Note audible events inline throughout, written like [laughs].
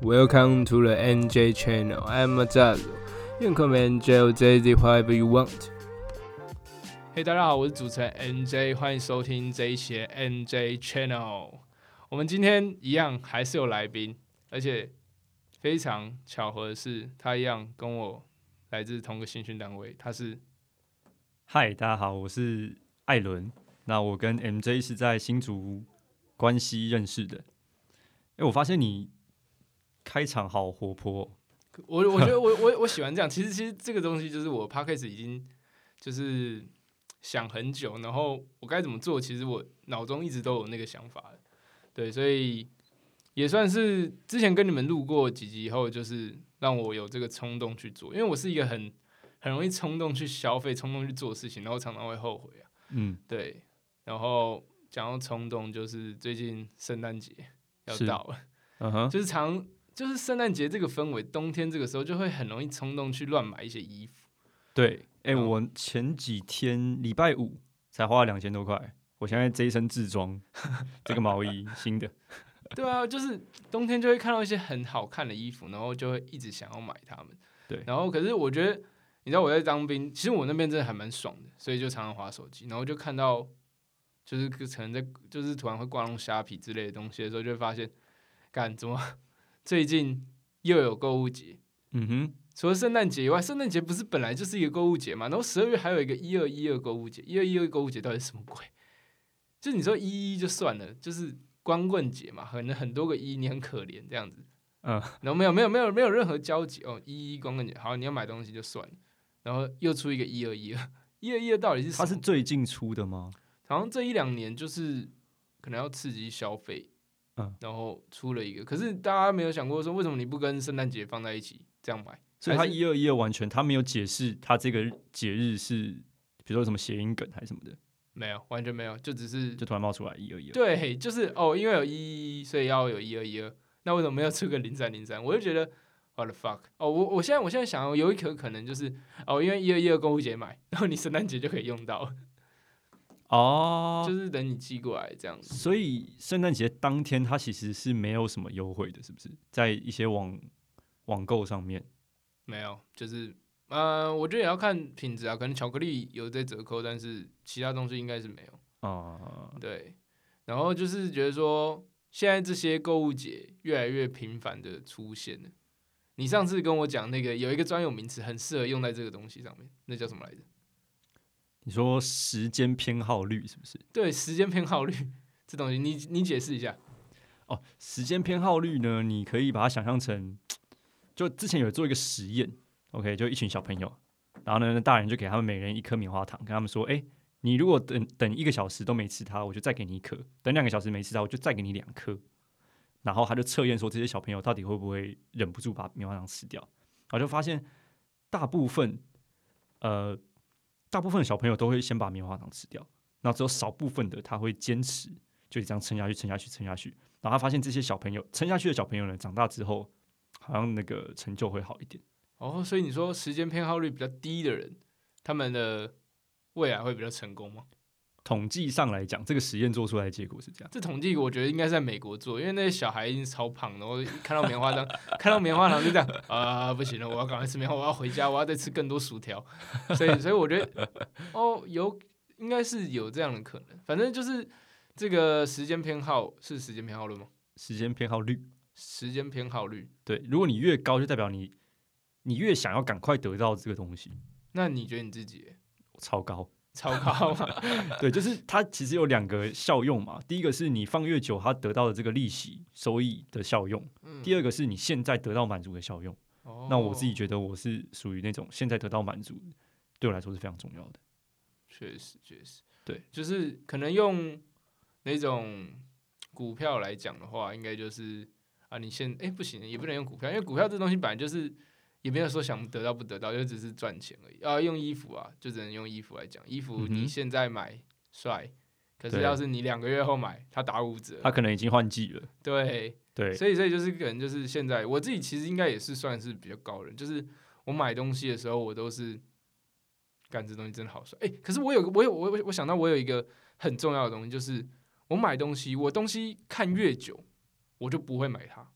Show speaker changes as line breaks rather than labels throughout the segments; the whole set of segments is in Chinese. Welcome to the NJ Channel. I'm Azaz. You can come NJ or JZ whatever you want.
嘿、大家好，我是主持人 NJ，欢迎收听这一期的 NJ Channel。我们今天一样还是有来宾，而且非常巧合的是，他一样跟我来自同个新训单位，他是
嗨，大家好，我是艾伦。那我跟 MJ 是在新竹关系认识的。哎、我发现你开场好活泼、哦，
我，我觉得我我我喜欢这样。其实其实这个东西就是我 p a c k a g e 已经就是想很久，然后我该怎么做，其实我脑中一直都有那个想法的对，所以也算是之前跟你们录过几集以后，就是让我有这个冲动去做，因为我是一个很很容易冲动去消费、冲动去做事情，然后常常会后悔啊。
嗯，
对，然后讲到冲动，就是最近圣诞节要
是
到了。
嗯哼，
就是常就是圣诞节这个氛围，冬天这个时候就会很容易冲动去乱买一些衣服。
对，哎、
嗯
我前几天礼拜五才花了两千多块，我现在这一身制装，这个毛衣新的，
对啊，就是冬天就会看到一些很好看的衣服，然后就会一直想要买它们。
对
然后可是我觉得，你知道我在当兵，其实我那边真的还蛮爽的，所以就常常划手机，然后就看到就是可能在就是突然会挂上虾皮之类的东西的时候，就会发现，干怎么 [laughs] 最近又有购物节，
嗯哼，
除了圣诞节以外，圣诞节不是本来就是一个购物节嘛？然后十二月还有一个一二一二购物节，一二一二购物节到底是什么鬼？就你说一一就算了，就是光棍节嘛，可能很多个一，你很可怜这样子。
嗯，
然后没有没有没有没有任何交集哦，一一光棍节，好，你要买东西就算了，然后又出一个一二一二，一二一二到底是什
它
么
是最近出的吗？
好像这一两年就是可能要刺激消费，
嗯，
然后出了一个，可是大家没有想过说为什么你不跟圣诞节放在一起这样买？
所以它
还是
一二一二完全，它没有解释它这个节日是，比如说什么谐音梗还是什么的，
没有，完全没有，就只是
就突然冒出来一二一二。
对， [laughs] 就是哦，因为有一一，所以要有一二一二。那为什么没有出个零三零三？我就觉得，what the fuck！哦，我我现在我现在想有一可可能就是哦，因为一二一二购物节买，然后你圣诞节就可以用到，
哦，
就是等你寄过来这样子。
所以圣诞节当天它其实是没有什么优惠的，是不是？在一些网网购上面，
没有，就是呃，我觉得也要看品质啊，可能巧克力有在折扣，但是其他东西应该是没有。
啊、
对，然后就是觉得说，现在这些购物节越来越频繁的出现了。你上次跟我讲那个有一个专有名词，很适合用在这个东西上面，那叫什么来着？
你说时间偏好率是不是？
对，时间偏好率这东西，你你解释一下。
哦，时间偏好率呢，你可以把它想象成，就之前有做一个实验，OK，就一群小朋友，然后呢，大人就给他们每人一颗棉花糖，跟他们说，哎，你如果等等一个小时都没吃它，我就再给你一颗；等两个小时没吃它，我就再给你两颗。然后他就测验说这些小朋友到底会不会忍不住把棉花糖吃掉，然后就发现大部分，呃，大部分的小朋友都会先把棉花糖吃掉，然后只有少部分的他会坚持，就这样撑下去，撑下去，撑下去。然后他发现这些小朋友撑下去的小朋友呢，长大之后好像那个成就会好一点。
哦，所以你说时间偏好率比较低的人，他们的未来会比较成功吗？
统计上来讲，这个实验做出来的结果是这样。
这统计我觉得应该是在美国做，因为那些小孩一定是超胖的，然后一看到棉花糖，看到棉花糖就这样啊、不行了，我要赶快吃棉花，我要回家，我要再吃更多薯条。所以，所以我觉得哦，有应该是有这样的可能。反正就是这个时间偏好是时间偏好率吗？
时间偏好率，
时间偏好率，
对，如果你越高，就代表你你越想要赶快得到这个东西，
那你觉得你自己
超高。
超高吗？
对，就是它其实有两个效用嘛。第一个是你放越久，它得到的这个利息收益的效用；
嗯
[laughs] 第二个是你现在得到满足的效用。
哦
那我自己觉得我是属于那种现在得到满足，对我来说是非常重要的。
确实确实，
对，
就是可能用那种股票来讲的话，应该就是啊，你现哎、不行，也不能用股票，因为股票这东西本来就是也没有说想得到不得到，就只是赚钱而已啊。用衣服啊，就只能用衣服来讲，衣服
嗯
你
哼
现在买帅，可是
对啊
要是你两个月后买，它打五折，
它可能已经换季了，
对，
对，
所以所以就是可能就是现在我自己其实应该也是算是比较高人，就是我买东西的时候我都是，干这东西真的好帅。哎、可是我有个我有我我我想到我有一个很重要的东西，就是我买东西我东西看越久，我就不会买它。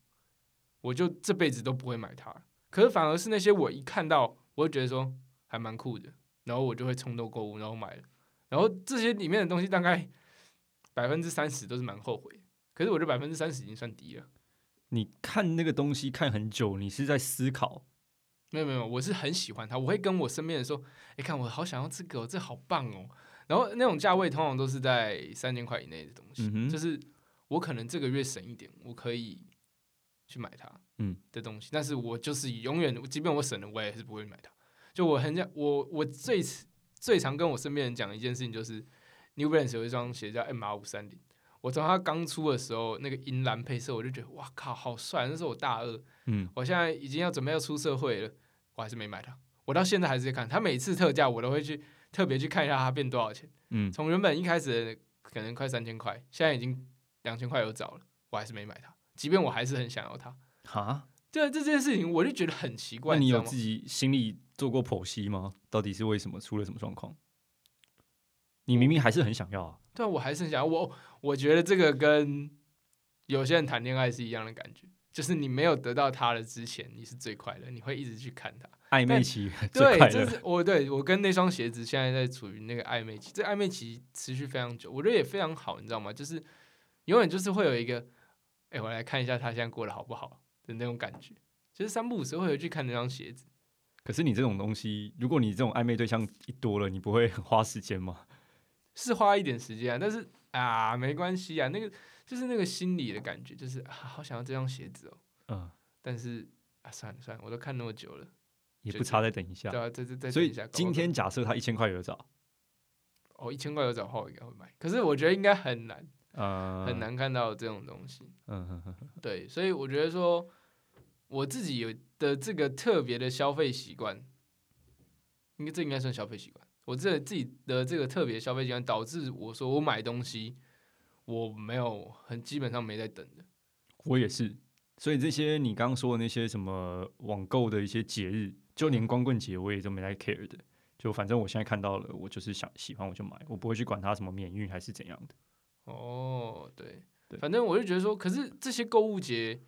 我就这辈子都不会买它。可是反而是那些我一看到，我就觉得说还蛮酷的，然后我就会冲动购物，然后买了。然后这些里面的东西大概百分之三十都是蛮后悔的，可是我觉得百分之三十已经算低了。
你看那个东西看很久，你是在思考，
没有没有，没有我是很喜欢它，我会跟我身边人说，哎、看我好想要这个、哦，这好棒哦。然后那种价位通常都是在三千块以内的东西，
嗯哼
就是我可能这个月省一点，我可以去买它，
嗯
的东西。但是我就是永远，即便我省了，我也是不会买它。就我很想，我我最最常跟我身边人讲的一件事情就是，New Balance 有一双鞋叫 M R 五三零，我从它刚出的时候那个银蓝配色，我就觉得哇靠，好帅！那时候我大二，
嗯，
我现在已经要准备要出社会了，我还是没买它。我到现在还是在看，它每次特价我都会去特别去看一下它变多少钱。
嗯，
从原本一开始的可能快三千块，现在已经两千块有找了，我还是没买它。即便我还是很想要它，
哈，
对啊这件事情我就觉得很奇怪。
那你
知
有
道吗
自己心里做过剖析吗？到底是为什么出了什么状况？你明明还是很想要啊，
对啊，我还是很想要。我我觉得这个跟有些人谈恋爱是一样的感觉，就是你没有得到他的之前，你是最快乐，你会一直去看他。
暧昧期 [laughs] 最
对
快，
这
乐，
是我对我跟那双鞋子现在在处于那个暧昧期，这暧昧期持续非常久，我觉得也非常好，你知道吗？就是永远就是会有一个，哎、我来看一下他现在过得好不好的那种感觉，就是三不五时会有去看那双鞋子。
可是你这种东西，如果你这种暧昧对象一多了，你不会很花时间吗？
是花一点时间啊，但是啊，没关系啊，那个就是那个心理的感觉，就是啊，好想要这双鞋子哦，
嗯，
但是啊，算了算了，我都看那么久了，
也
就
不差再等一下
对。啊，再再再
所
等
以
一下。搞不好
今天假设他一千块有找，
哦，一千块有找的话，我应该会买，可是我觉得应该很难
呃，
很，难看到这种东西，
嗯哼哼哼，
对，所以我觉得说我自己有的这个特别的消费习惯，应该这应该算消费习惯。我这自己的这个特别消费习惯，导致我说我买东西，我没有很基本上没在等的。
我也是。所以这些你刚刚说的那些什么网购的一些节日，就连光棍节我也都没来 care 的。就反正我现在看到了，我就是想喜欢我就买，我不会去管它什么免运还是怎样的。
哦，对，
对
反正我就觉得说，可是这些购物节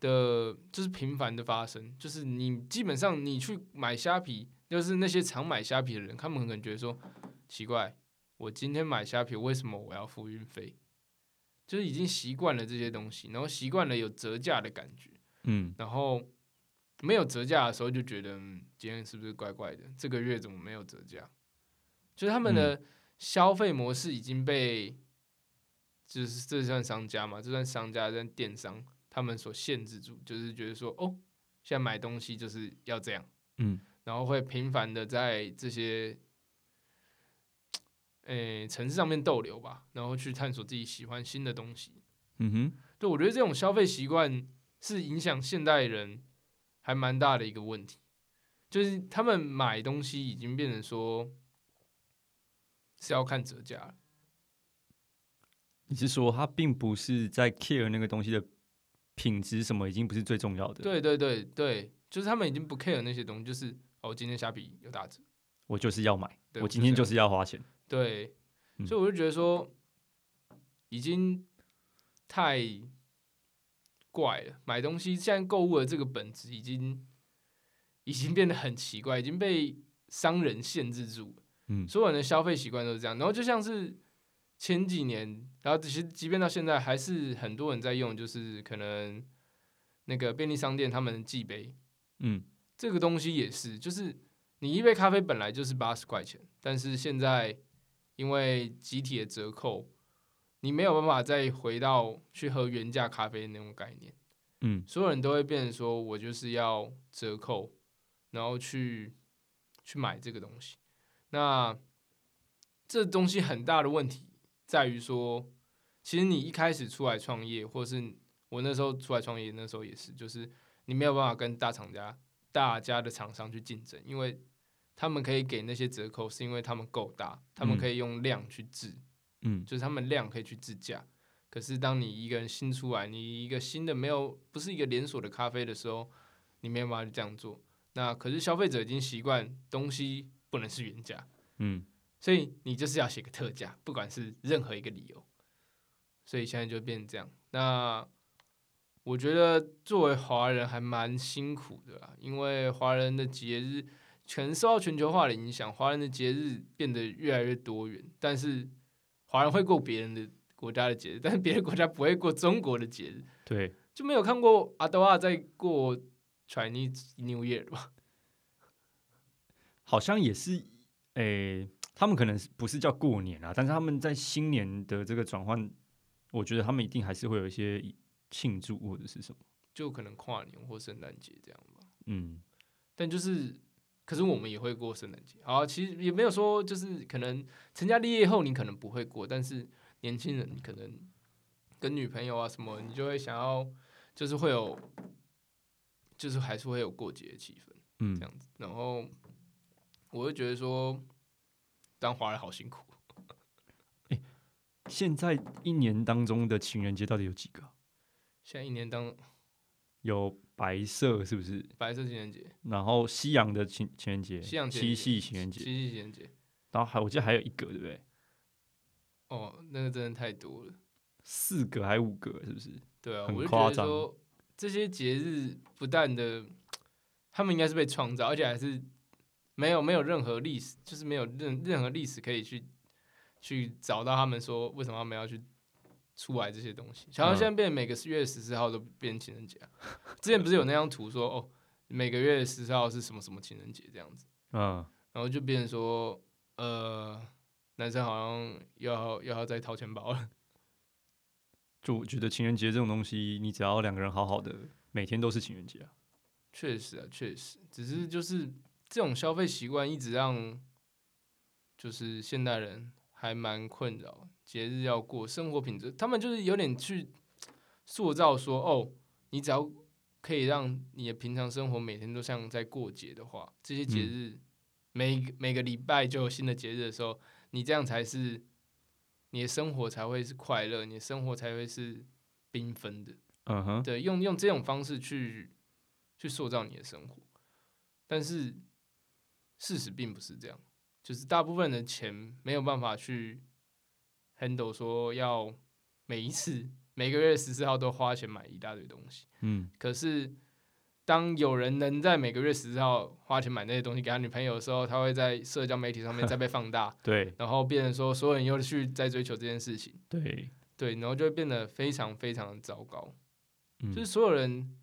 的，就是频繁的发生，就是你基本上你去买虾皮，就是那些常买虾皮的人，他们可能觉得说，奇怪，我今天买虾皮，为什么我要付运费？就是已经习惯了这些东西，然后习惯了有折价的感觉，
嗯，
然后没有折价的时候就觉得、嗯、今天是不是怪怪的？这个月怎么没有折价？就是他们的消费模式已经被，就是这算商家嘛？这算商家，这算电商，他们所限制住，就是觉得说，哦，现在买东西就是要这样，
嗯，
然后会频繁的在这些，诶、城市上面逗留吧，然后去探索自己喜欢新的东西。
嗯哼，
对，我觉得这种消费习惯是影响现代人还蛮大的一个问题，就是他们买东西已经变成说是要看折价了。
你是说他并不是在 care 那个东西的品质什么，已经不是最重要的？，
对对对对，就是他们已经不 care 那些东西，就是哦，今天虾皮有打折。
我就是要买，
对
我
我就是
今天
要
就是要花钱。
对，
嗯
所以我就觉得说已经太怪了，买东西现在购物的这个本质已经已经变得很奇怪，已经被商人限制住了。
嗯
所有人的消费习惯都是这样。然后就像是前几年，然后其实即便到现在，还是很多人在用，就是可能那个便利商店他们的寄杯
嗯，
这个东西也是，就是你一杯咖啡本来就是八十块钱，但是现在因为集体的折扣，你没有办法再回到去喝原价咖啡那种概念。
嗯，
所有人都会变成说我就是要折扣，然后去去买这个东西。那这东西很大的问题在于说，其实你一开始出来创业，或是我那时候出来创业，那时候也是，就是你没有办法跟大厂家、大家的厂商去竞争，因为他们可以给那些折扣，是因为他们够大，他们
嗯
可以用量去制。
嗯，
就是他们量可以去自驾。可是当你一个人新出来，你一个新的没有不是一个连锁的咖啡的时候，你没有办法去这样做。那可是消费者已经习惯东西不能是原价，
嗯，
所以你就是要写个特价，不管是任何一个理由。所以现在就变成这样。那我觉得作为华人还蛮辛苦的啦，因为华人的节日可能受到全球化的影响，华人的节日变得越来越多元。但是华人会过别人的国家的节日，但 [laughs] 是别的国家不会过中国的节日，
对，
就没有看过阿德瓦在过 Chinese New Year 吧？
好像也是，诶、他们可能是不是叫过年啊，但是他们在新年的这个转换，我觉得他们一定还是会有一些庆祝或者是什么，
就可能跨年或圣诞节这样吧。
嗯，
但就是，可是我们也会过圣诞节。好，其实也没有说就是可能成家立业后你可能不会过，但是年轻人可能跟女朋友啊什么，你就会想要就是会有，就是还是会有过节的气氛
嗯
这，样子。然后我会觉得说，当华人好辛苦。
现在一年当中的情人节到底有几个啊？
现在一年当
有白色是不是？
白色情人节、
然后西洋的情情人节，
西洋情
七
人节
夕情人
七
节，
夕情人节，
然后还我记得还有一个对不对？
哦，那个真的太多了。
四个还五个是不是？
对啊，
很
我就
夸
觉得
张
说这些节日不但的，他们应该是被创造，而且还是没有没有任何历史，就是没有任任何历史可以去去找到他们说为什么他们要去出来这些东西。好像
嗯
现在变每个月十四号都变情人节、啊，之前不是有那张图说哦，每个月十四号是什么什么情人节这样子，
嗯，
然后就变成说呃，男生好像要要再掏钱包了。
就我觉得情人节这种东西，你只要两个人好好的，每天都是情人节啊。
确实啊，确实，只是就是这种消费习惯一直让就是现代人还蛮困扰，节日要过，生活品质，他们就是有点去塑造说，哦，你只要可以让你的平常生活每天都像在过节的话，这些节
嗯
日、每个每个礼拜就有新的节日的时候，你这样才是你的生活才会是快乐，你的生活才会是缤纷的。
嗯哼，
对，用用这种方式去去塑造你的生活，但是事实并不是这样，就是大部分的钱没有办法去 handle 说要每一次每个月十四号都花钱买一大堆东西，
嗯，，
可是当有人能在每个月十四号花钱买那些东西给他女朋友的时候，他会在社交媒体上面再被放大
对
然后变成说所有人又去在追求这件事情，
对，
对，然后就会变得非常非常的糟糕。
嗯
就是所有人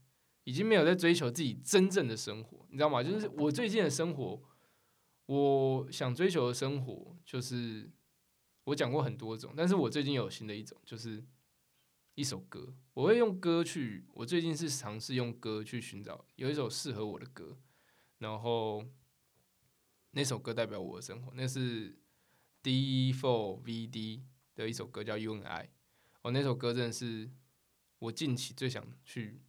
已经没有在追求自己真正的生活，你知道吗？就是我最近的生活，我想追求的生活，就是我讲过很多种，但是我最近有新的一种，就是一首歌，我会用歌去，我最近是尝试用歌去寻找有一首适合我的歌，然后那首歌代表我的生活，那是 D Four V D 的一首歌叫《U N I》，哦，那首歌真的是我近期最想去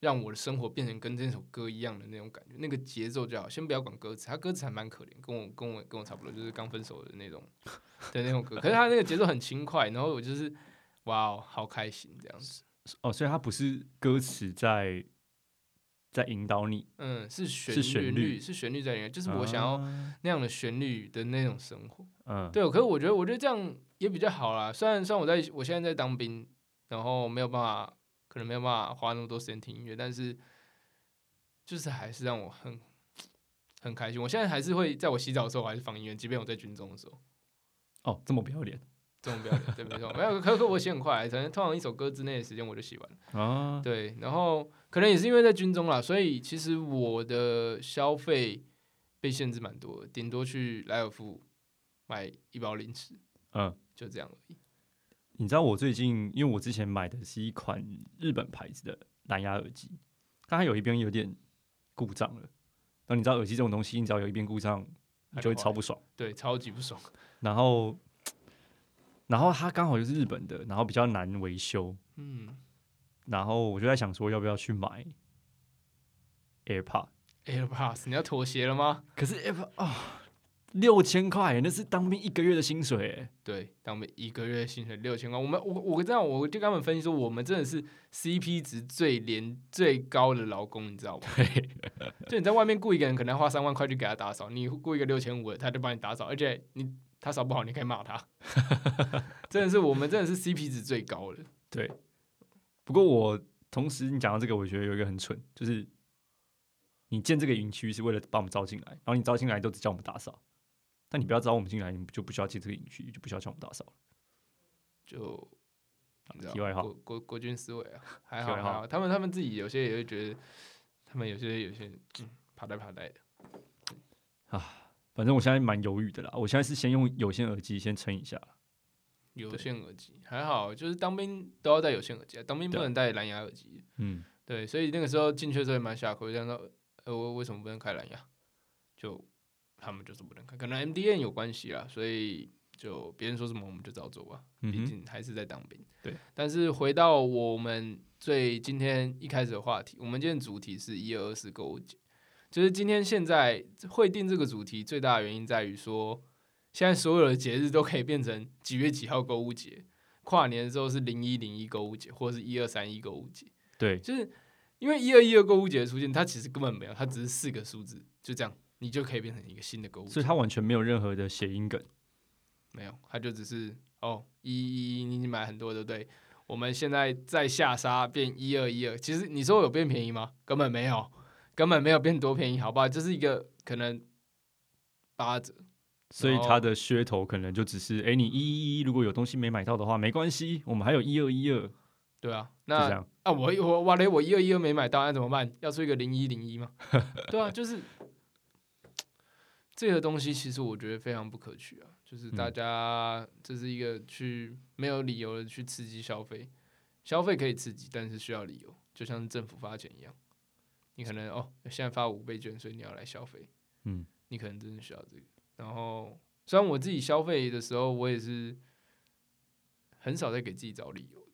让我的生活变成跟这首歌一样的那种感觉，那个节奏就好。先不要管歌词，他歌词还蛮可怜，跟我跟我跟我差不多，就是刚分手的那种
[laughs]
的那种歌。可是他那个节奏很轻快，然后我就是哇、哦，好开心这样子。
哦，所以它不是歌词在在引导你，
嗯，是旋
是旋律
律，是旋律在里面，就是我想要
啊
那样的旋律的那种生活。
嗯，
对，可是我觉得，我觉得这样也比较好啦。虽然虽然我在我现在在当兵，然后没有办法，可能没有办法花那么多时间听音乐，但是就是还是让我很很开心。我现在还是会在我洗澡的时候，我还是放音乐，即便我在军中的时候，
哦，这么不要脸
这种表演，对，没错，没有，可可我洗很快，可能通常一首歌之内的时间我就洗完了。
啊，
对，然后可能也是因为在军中啦，所以其实我的消费被限制蛮多的，顶多去莱尔富买一包零食，
嗯，
就这样而已。
你知道我最近，因为我之前买的是一款日本牌子的蓝牙耳机，但它有一边有点故障了。然后你知道耳机这种东西，你只要有一边故障，你就会超不爽。
对，超级不爽。 [laughs]
然后，然后它刚好又是日本的，然后比较难维修。
嗯
然后我就在想说，要不要去买 AirPod？
，AirPods，你要妥协了吗？
可是 AirPod 啊，六千块耶，那是当兵一个月的薪水欸耶。
对，当兵一个月薪水六千块，我们我我这样我就跟他们分析说，我们真的是 CP 值最廉最高的劳工，你知道吗？
对，
[laughs] 就你在外面雇一个人，可能要花三万块去给他打扫，你雇一个六千五的，他就帮你打扫，而且你他扫不好，你可以骂
[laughs]
他。真的是我们真的是 CP 值最高的，
不过我同时你讲到这个，我觉得有一个很蠢，就是你建这个营区是为了把我们招进来，然后你招进来都只叫我们打扫，但你不要招我们进来，你就不需要建这个营区，就不需要叫我们打扫了。
就你知道
题外话
国国国军思维啊，还
题
好
外
还
话
好，他们他们自己有些也会觉得，他们有些有些嗯，爬带爬带的，
反正我现在蛮犹豫的啦，我现在是先用有线耳机先撑一下，
有
对
线耳机还好，就是当兵都要戴有线耳机啊，当兵不
对啊
能戴蓝牙耳机，
嗯，
对，所以那个时候进去的时候也蛮吓哭，想到呃我为什么不能开蓝牙？就他们就是不能开，可能 MDN 有关系啊，所以就别人说什么我们就照做吧，
嗯
毕
哼
竟还是在当兵。
对，
但是回到我们最今天一开始的话题，我们今天的主题是一二二四购物节，就是今天现在会定这个主题最大的原因在于说，现在所有的节日都可以变成几月几号购物节，跨年的时候是零一零一购物节，或者是一二三一购物节，
对，
就是因为一二一二购物节的出现，它其实根本没有，它只是四个数字，就这样，你就可以变成一个新的购物
所
节
以。它完全没有任何的谐音梗，
没有，它就只是哦，一一一，你已经买很多，对不对？我们现在再下杀变一二一二，其实你说有变便宜吗？根本没有，根本没有变多便宜，好不好？这是一个可能八折，
所以
然后
它的噱头可能就只是，哎、你一一一如果有东西没买到的话，没关系，我们还有一二一二，就
对啊。
这
那
样，
啊，我我哇嘞，我一二一二没买到，那怎么办？要出一个零一零一
[laughs]
吗？对啊，就是这个东西，其实我觉得非常不可取啊。就是大
嗯
家这是一个去没有理由的去刺激消费，消费可以刺激，但是需要理由，就像政府发钱一样。你可能哦，现在发五倍券，所以你要来消费，
嗯，
你可能真的需要这个。然后，虽然我自己消费的时候，我也是很少在给自己找理由的，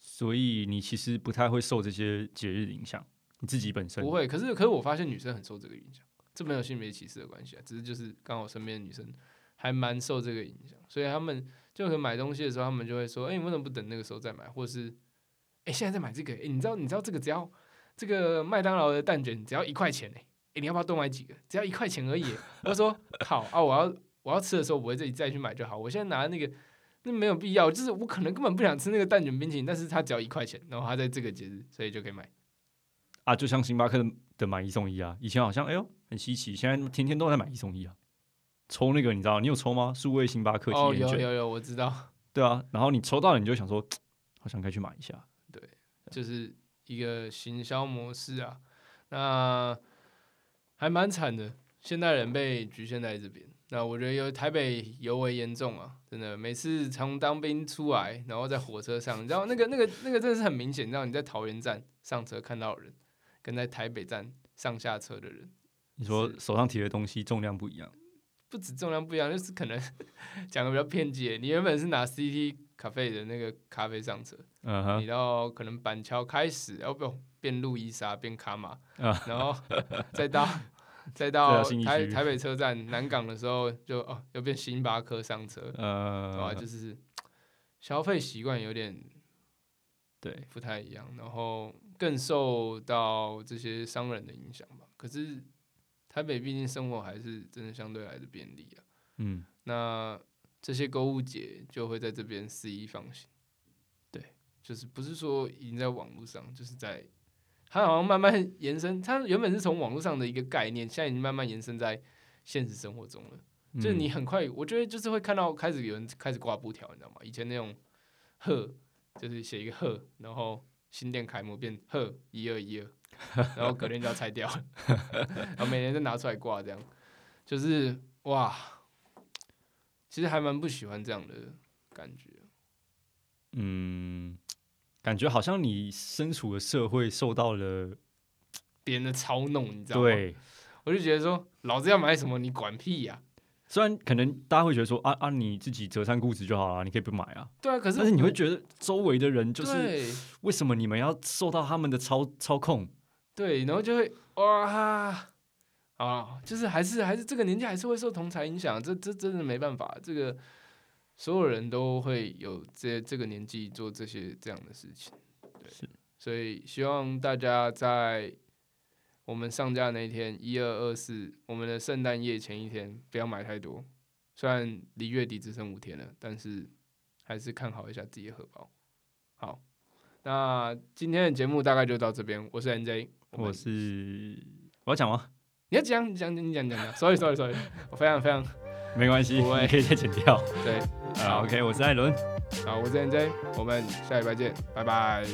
所以你其实不太会受这些节日影响，你自己本身
不，会。可是，可是我发现女生很受这个影响，这没有性别歧视的关系啊，只是就是刚好身边的女生还蛮受这个影响，所以他们就可能买东西的时候，他们就会说：“哎、你为什么不等那个时候再买？”或是“哎、现在再买这个、哎，你知道你知道这个只要这个麦当劳的蛋卷只要一块钱呢、哎你要不要多买几个？只要一块钱而已、哎我说：“好啊，我要我要吃的时候，我会自己再去买就好。我现在拿那个。”那没有必要，就是我可能根本不想吃那个蛋卷冰淇淋，但是它只要一块钱，然后它在这个节日，所以就可以买。
啊，就像星巴克的的买一送一啊，以前好像哎呦很稀奇，现在天天都在买一送一啊。抽那个你知道，你有抽吗？数位星巴克
哦，
体验
有
券，
有有，我知道，
对啊。然后你抽到了，你就想说，嘖好想该去买一下。
就是一个行销模式啊，那还蛮惨的。现代人被局限在这边，那我觉得有台北尤为严重啊，真的。每次从当兵出来，然后在火车上，你知道那个那个那个真的是很明显，你知道你在桃园站上车看到的人，跟在台北站上下车的人，
你说
是
手上提的东西重量不一样，
不止重量不一样，就是可能 [laughs] 讲的比较偏激。你原本是拿 CT 咖啡的那个咖啡上车，
嗯哼
你，到可能板桥开始，要不变路易莎，变卡玛，
啊
然
[laughs]
后再到再
再
到
到信义
台
区
台北车站南港的时候就，哦要变星巴克上车，啊、
呃，
就是消费习惯有点
对，
不太一样，然后更受到这些商人的影响吧。可是台北毕竟生活还是真的相对来的便利啊，
嗯，
那这些购物节就会在这边肆意放行。对，就是不是说已经在网络上，就是在它好像慢慢延伸，它原本是从网络上的一个概念，现在已经慢慢延伸在现实生活中了。就是
嗯
你很快，我觉得就是会看到开始有人开始挂布条，你知道吗？以前那种贺，就是写一个贺，然后新店开幕变贺一二
[laughs]
一二，然后隔天就要拆掉了，然后每年再拿出来挂，这样就是哇，其实还蛮不喜欢这样的感觉。
嗯，感觉好像你身处的社会受到了
别人的操弄，你知道吗？
对，
我就觉得说，老子要买什么，你管屁呀、
虽然可能大家会觉得说啊啊，你自己折扇固执就好了，你可以不买啊，
对啊，可是
但是你
我
会觉得周围的人就是
对
为什么你们要受到他们的操操控？
对，然后就会哇啊，就是还是还是这个年纪还是会受同才影响，这这真的没办法，这个所有人都会有这这个年纪做这些这样的事情，对
是，
所以希望大家在我们上架那一天一二二四，24, 我们的圣诞夜前一天不要买太多，虽然离月底只剩五天了，但是还是看好一下自己的荷包。好，那今天的节目大概就到这边，我是 NJ，
我
们
是我要讲吗？
你要讲讲你讲讲讲，sorry sorry sorry，我非常非常
没关系，
不会
你 [laughs] 可以再剪
[laughs]
掉。
对，
啊
好
，OK，我是艾伦。
好，我是 NJ，我们下礼拜见，拜拜。